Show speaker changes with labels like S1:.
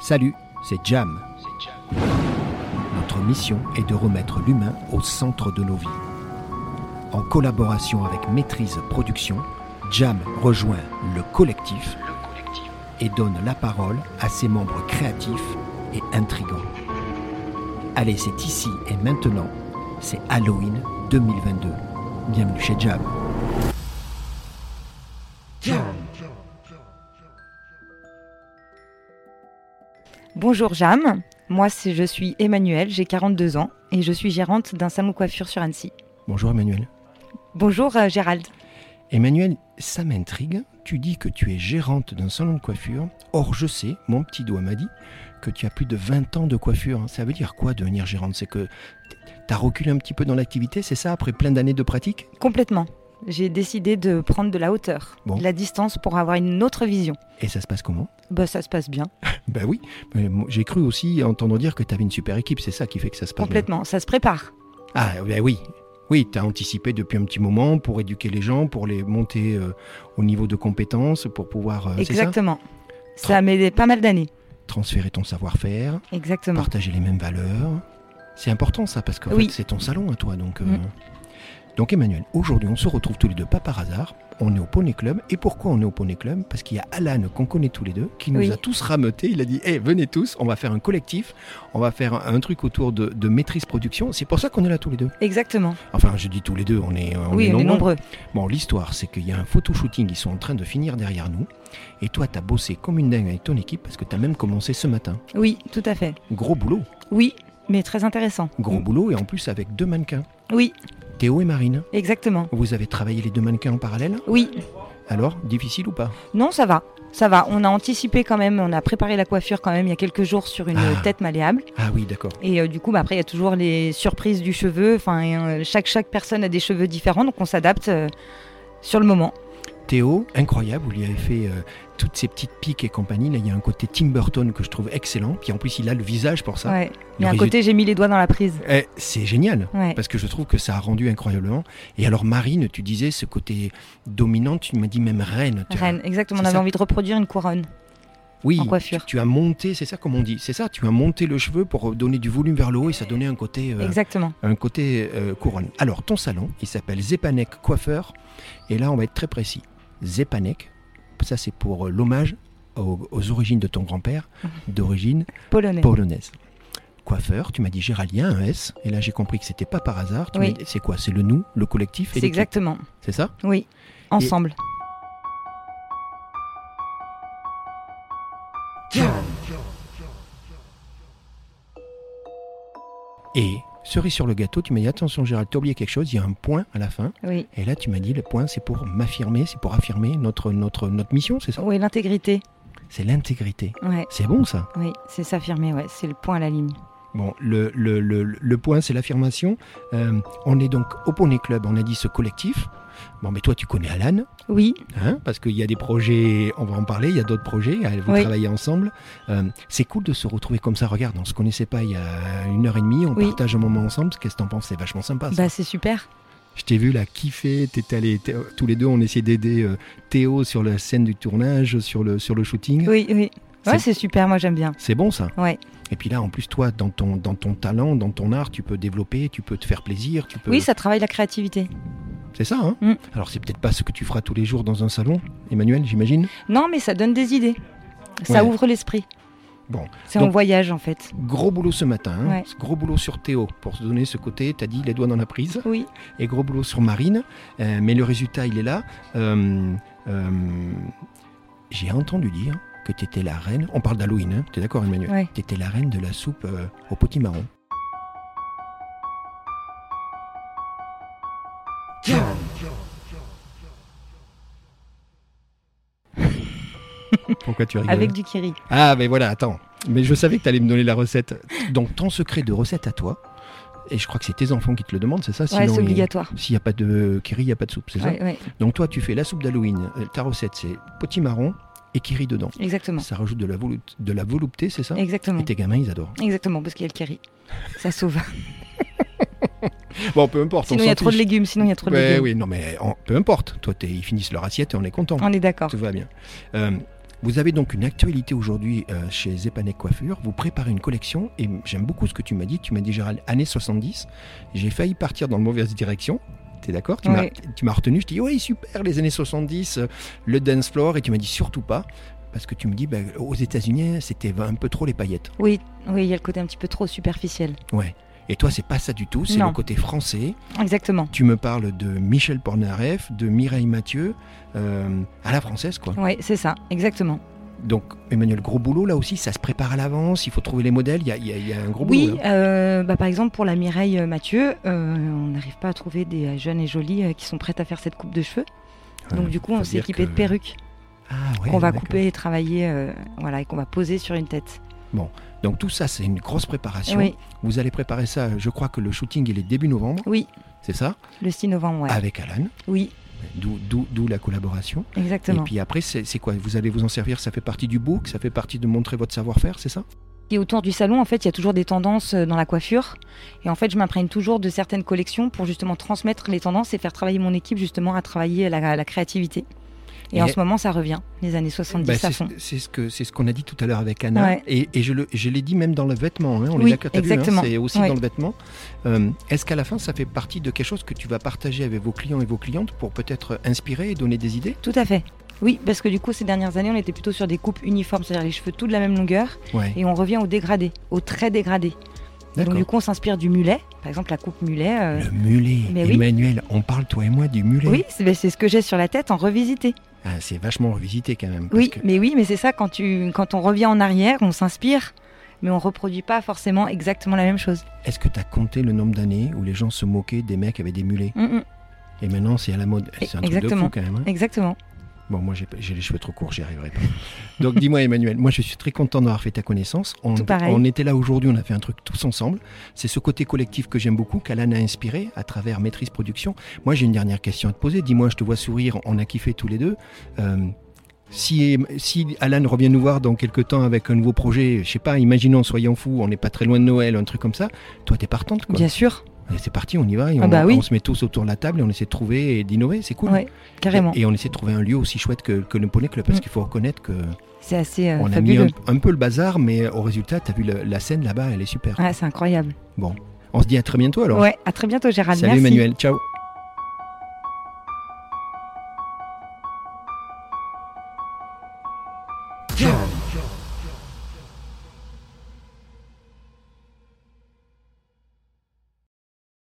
S1: Salut, c'est Jam. Notre mission est de remettre l'humain au centre de nos vies. En collaboration avec Maîtrise Production, Jam rejoint le collectif et donne la parole à ses membres créatifs et intrigants. Allez, c'est ici et maintenant, c'est Halloween 2022. Bienvenue chez Jam.
S2: Bonjour Jam, moi c'est- je suis Emmanuel, j'ai 42 ans et je suis gérante d'un salon de coiffure sur Annecy.
S1: Bonjour Emmanuel.
S2: Bonjour euh, Gérald.
S1: Emmanuel, ça m'intrigue. Tu dis que tu es gérante d'un salon de coiffure. Or, je sais, mon petit doigt m'a dit que tu as plus de 20 ans de coiffure. Ça veut dire quoi devenir gérante C'est que tu as reculé un petit peu dans l'activité, c'est ça, après plein d'années de pratique
S2: Complètement. J'ai décidé de prendre de la hauteur,
S1: Bon.
S2: de la distance pour avoir une autre vision.
S1: Et ça se passe comment
S2: Bah ça se passe bien,
S1: Ben oui, mais moi, j'ai cru aussi entendre dire que tu avais une super équipe, c'est ça qui fait que ça se passe bien.
S2: complètement, ça se prépare.
S1: Ah, ben oui. Oui, tu as anticipé depuis un petit moment pour éduquer les gens, pour les monter euh, au niveau de compétences, pour pouvoir euh, c'est ça
S2: Exactement.
S1: Trop-
S2: Ça met des- pas mal d'années.
S1: transférer ton savoir-faire.
S2: Exactement.
S1: partager les mêmes valeurs. C'est important ça, parce que
S2: Oui.
S1: c'est ton salon à toi. Donc, euh,
S2: Mm.
S1: donc Emmanuel, aujourd'hui on se retrouve tous les deux, pas par hasard. On est au Poney Club. Et pourquoi on est au Poney Club Parce qu'il y a Alan qu'on connaît tous les deux, qui nous
S2: Oui.
S1: a tous rameutés. Il a dit, Eh, venez tous, on va faire un collectif, on va faire un, un truc autour de, de maîtrise production. C'est pour ça qu'on est là tous les deux.
S2: Exactement.
S1: Enfin, je dis tous les deux, on est, on
S2: oui,
S1: est
S2: on est
S1: nombreux.
S2: nombreux.
S1: Bon, l'histoire, c'est qu'il y a un photoshooting, ils sont en train de finir derrière nous. Et toi, t'as bossé comme une dingue avec ton équipe, parce que t'as même commencé ce matin.
S2: Oui, tout à fait.
S1: Gros boulot.
S2: Oui, mais très intéressant.
S1: Gros boulot et en plus avec deux mannequins,
S2: Oui,
S1: Théo et Marine.
S2: exactement.
S1: Vous avez travaillé les deux mannequins en parallèle
S2: Oui,
S1: Alors, difficile ou pas
S2: Non, ça va. Ça va. On a anticipé quand même, on a préparé la coiffure quand même il y a quelques jours sur une
S1: Ah.
S2: tête malléable.
S1: Ah oui, d'accord.
S2: Et euh, du coup, bah, après, il y a toujours les surprises du cheveu. Enfin, euh, chaque, chaque personne a des cheveux différents, donc on s'adapte euh, sur le moment.
S1: Théo, incroyable, vous lui avez fait euh, toutes ces petites piques et compagnie. Là, il y a un côté Tim Burton que je trouve excellent. Puis en plus, il a le visage pour ça.
S2: Ouais.
S1: Le
S2: Mais à
S1: résultat-
S2: côté, j'ai mis les doigts dans la prise.
S1: Eh, c'est génial.
S2: Ouais.
S1: Parce que je trouve que ça a rendu incroyablement. Et alors, Marine, tu disais ce côté dominant, tu m'as dit même reine. tu as-
S2: Reine, exactement. On
S1: C'est
S2: avait
S1: ça.
S2: envie de reproduire une couronne
S1: Oui,
S2: en coiffure.
S1: tu as monté, c'est ça comme on dit, c'est ça, tu as monté le cheveu pour donner du volume vers le haut et ça donnait un côté euh,
S2: Exactement.
S1: un côté euh, couronne. Alors, ton salon, il s'appelle Zepanek Coiffeur. Et là, on va être très précis. Zepanek, ça c'est pour euh, l'hommage aux, aux origines de ton grand-père,
S2: Mhm.
S1: d'origine
S2: Polonais.
S1: polonaise. Coiffeur, tu m'as dit Géraldien, un S. Et là, j'ai compris que c'était pas par hasard. Tu
S2: Oui.
S1: m'as dit, C'est quoi C'est le nous, le collectif et
S2: C'est
S1: l'équipe.
S2: exactement.
S1: C'est ça
S2: Oui. Ensemble.
S1: Et cerise sur le gâteau, tu m'as dit attention Gérald, t'as oublié quelque chose, il y a un point à la fin.
S2: Oui.
S1: Et là, tu m'as dit le point, c'est pour m'affirmer, c'est pour affirmer notre, notre, notre mission, c'est ça
S2: Oui, l'intégrité.
S1: C'est l'intégrité.
S2: Ouais.
S1: C'est bon ça
S2: Oui, c'est s'affirmer. Ouais. C'est le point à la ligne.
S1: Bon, le, le, le, le point, c'est l'affirmation. Euh, on est donc au Poney Club, on a dit ce collectif. Bon, mais toi, tu connais Alan,
S2: Oui.
S1: hein, parce qu'il y a des projets, on va en parler, il y a d'autres projets, euh, vous
S2: Oui.
S1: travaillez ensemble. Euh, c'est cool de se retrouver comme ça, regarde, on se connaissait pas il y a une heure et demie, on
S2: Oui.
S1: partage un moment ensemble, qu'est-ce que t'en penses C'est vachement sympa. ça.
S2: Bah, c'est super.
S1: Je t'ai vu là kiffer, t'es allé, t'es- tous les deux, on essayait d'aider euh, Théo sur la scène du tournage, sur le, sur le shooting.
S2: Oui, oui.
S1: C'est-
S2: Ouais, c'est super. Moi, j'aime bien.
S1: C'est bon ça.
S2: Ouais.
S1: Et puis là, en plus, toi, dans ton, dans ton talent, dans ton art, tu peux développer, tu peux te faire plaisir, tu peux.
S2: Oui, ça travaille la créativité.
S1: C'est ça, hein
S2: Mm.
S1: Alors, c'est peut-être pas ce que tu feras tous les jours dans un salon, Emmanuel, j'imagine
S2: Non, mais ça donne des idées. Ça
S1: Ouais.
S2: ouvre l'esprit.
S1: Bon.
S2: C'est
S1: Donc-
S2: un voyage en fait.
S1: Gros boulot ce matin, hein
S2: Ouais.
S1: gros boulot sur Théo, pour se donner ce côté, t'as dit les doigts dans la prise,
S2: Oui.
S1: et gros boulot sur Marine, euh, mais le résultat, il est là. Euh, euh, J'ai entendu dire que t'étais la reine, on parle d'Halloween, hein t'es d'accord, Emmanuel
S2: Ouais.
S1: T'étais la reine de la soupe euh, au potimarron. Pourquoi tu rigoles
S2: Avec du kiri.
S1: Ah, mais voilà, attends. Mais je savais que t'allais me donner la recette. Donc, ton secret de recette à toi, et je crois que c'est tes enfants qui te le demandent, c'est ça
S2: Ouais,
S1: Sinon,
S2: c'est
S1: ils-
S2: obligatoire.
S1: S'il n'y a pas de kiri, il n'y a pas de soupe, c'est
S2: Ouais, ouais,
S1: ça Donc, toi, tu fais la soupe d'Halloween. Euh, Ta recette, c'est potimarron et kiri dedans.
S2: Exactement.
S1: Ça rajoute de la, volu- de la volupté, c'est ça
S2: Exactement.
S1: Et tes gamins, ils adorent.
S2: Exactement, parce qu'il y a le kiri. Ça sauve.
S1: Bon, peu importe.
S2: sinon,
S1: on
S2: il y
S1: s'en
S2: a trop de
S1: fiche.
S2: légumes. Sinon, il y a trop de
S1: Ouais,
S2: légumes.
S1: oui, non, mais en- peu importe. Toi, t'es- ils finissent leur assiette et on est content.
S2: On est d'accord.
S1: Tout va bien. Euh, Vous avez donc une actualité aujourd'hui euh, chez Zepanek Coiffure. Vous préparez une collection et j'aime beaucoup ce que tu m'as dit. Tu m'as dit, Gérald, années 70. J'ai failli partir dans la mauvaise direction. T'es d'accord Tu m'as-
S2: Oui.
S1: tu m'as retenu. Je t'ai dit, oui, super, les années 70, euh, le dance floor. Et tu m'as dit, surtout pas. Parce que tu me dis, bah, aux États-Unis, c'était un peu trop les paillettes.
S2: Oui, oui, il y a le côté un petit peu trop superficiel.
S1: Ouais. Et toi, c'est pas ça du tout. C'est
S2: Non.
S1: le côté français.
S2: Exactement.
S1: Tu me parles de Michel Pornareff, de Mireille Mathieu, euh, à la française, quoi.
S2: Oui, c'est ça, exactement.
S1: Donc, Emmanuel, gros boulot là aussi, ça se prépare à l'avance, il faut trouver les modèles, il y a, il y a- il y a un gros
S2: Oui,
S1: boulot. hein. là.
S2: euh, bah, par exemple pour la Mireille euh, Mathieu, euh, on n'arrive pas à trouver des euh, jeunes et jolies euh, qui sont prêtes à faire cette coupe de cheveux. Donc
S1: Ouais,
S2: du coup,
S1: Ah, faut
S2: on s'est
S1: dire
S2: équipé
S1: que-
S2: de perruques
S1: Ah ouais,
S2: qu'on va
S1: d'accord.
S2: couper et travailler, euh, voilà, et qu'on va poser sur une tête.
S1: Donc, tout ça, c'est une grosse préparation.
S2: Oui,
S1: Vous allez préparer ça, je crois que le shooting, il est début novembre,
S2: oui,
S1: c'est ça
S2: le 6 novembre, ouais.
S1: Avec Alan,
S2: Oui,
S1: d'où- d'où d'où la collaboration. Et
S2: exactement.
S1: puis après, c'est c'est quoi Vous allez vous en servir, ça fait partie du book, ça fait partie de montrer votre savoir-faire, c'est ça
S2: Et autour du salon, en fait, il y a toujours des tendances euh, dans la coiffure. Et en fait, je m'imprègne toujours de certaines collections pour justement transmettre les tendances et faire travailler mon équipe justement à travailler la, la créativité. Et,
S1: Et-
S2: en ce moment, ça revient, les années 70
S1: Bah,
S2: à
S1: C'est
S2: fond.
S1: c'est ce que- c'est ce qu'on a dit tout à l'heure avec Anna,
S2: Ouais.
S1: et, et je, le- je l'ai dit même dans le vêtement, hein, on
S2: Oui,
S1: est d'accord, t'as vu, hein,
S2: exactement.
S1: c'est aussi
S2: Ouais.
S1: dans le vêtement. Euh, Est-ce qu'à la fin, ça fait partie de quelque chose que tu vas partager avec vos clients et vos clientes pour peut-être inspirer et donner des idées
S2: Tout à fait. Oui, parce que du coup, ces dernières années, on était plutôt sur des coupes uniformes, c'est-à-dire les cheveux tous de la même longueur,
S1: Ouais,
S2: et on revient au dégradé, au très dégradé. Et
S1: d'accord.
S2: Donc du coup, on s'inspire du mulet, par exemple la coupe mulet. euh,
S1: Le mulet,
S2: Mais oui.
S1: Emmanuel, on parle toi et moi du mulet.
S2: Oui, c'est ben, c'est ce que j'ai sur la tête en revisité.
S1: Ah, c'est vachement revisité quand même. parce
S2: Oui,
S1: que-
S2: mais oui, mais c'est ça, quand, tu, quand on revient en arrière, on s'inspire, mais on reproduit pas forcément exactement la même chose.
S1: Est-ce que tu as compté le nombre d'années où les gens se moquaient des mecs avec des mulets
S2: Mm, mm,
S1: Et maintenant, c'est à la mode.
S2: Et-
S1: C'est un truc de fou
S2: exactement.
S1: quand même. hein.
S2: exactement.
S1: Bon, moi j'ai j'ai les cheveux trop courts, j'y arriverai pas. Donc dis-moi Emmanuel, moi je suis très content d'avoir fait ta connaissance. On,
S2: Tout pareil.
S1: on était là aujourd'hui, on a fait un truc tous ensemble. C'est ce côté collectif que j'aime beaucoup, qu'Alan a inspiré à travers Maîtrise Production. Moi j'ai une dernière question à te poser. Dis-moi, je te vois sourire, on a kiffé tous les deux. Euh, si, si Alan revient nous voir dans quelques temps avec un nouveau projet, je sais pas, imaginons, soyons fous, on n'est pas très loin de Noël, un truc comme ça, toi t'es partante quoi.
S2: Bien sûr,
S1: Allez, C'est parti, on y va, et on,
S2: Ah bah oui.
S1: on se met tous autour de la table et on essaie de trouver et d'innover, c'est cool.
S2: ouais, carrément.
S1: Et, et on essaie de trouver un lieu aussi chouette que, que le Poney Club, parce
S2: Mm.
S1: qu'il faut reconnaître que
S2: C'est assez euh,
S1: on a mis
S2: fabuleux.
S1: un, un peu le bazar, mais au résultat, t'as vu la, la scène là-bas, elle est super.
S2: Ouais, c'est incroyable.
S1: On se dit à très bientôt alors.
S2: Ouais, à très bientôt, Gérald.
S1: Salut
S2: Merci.
S1: Emmanuel, ciao.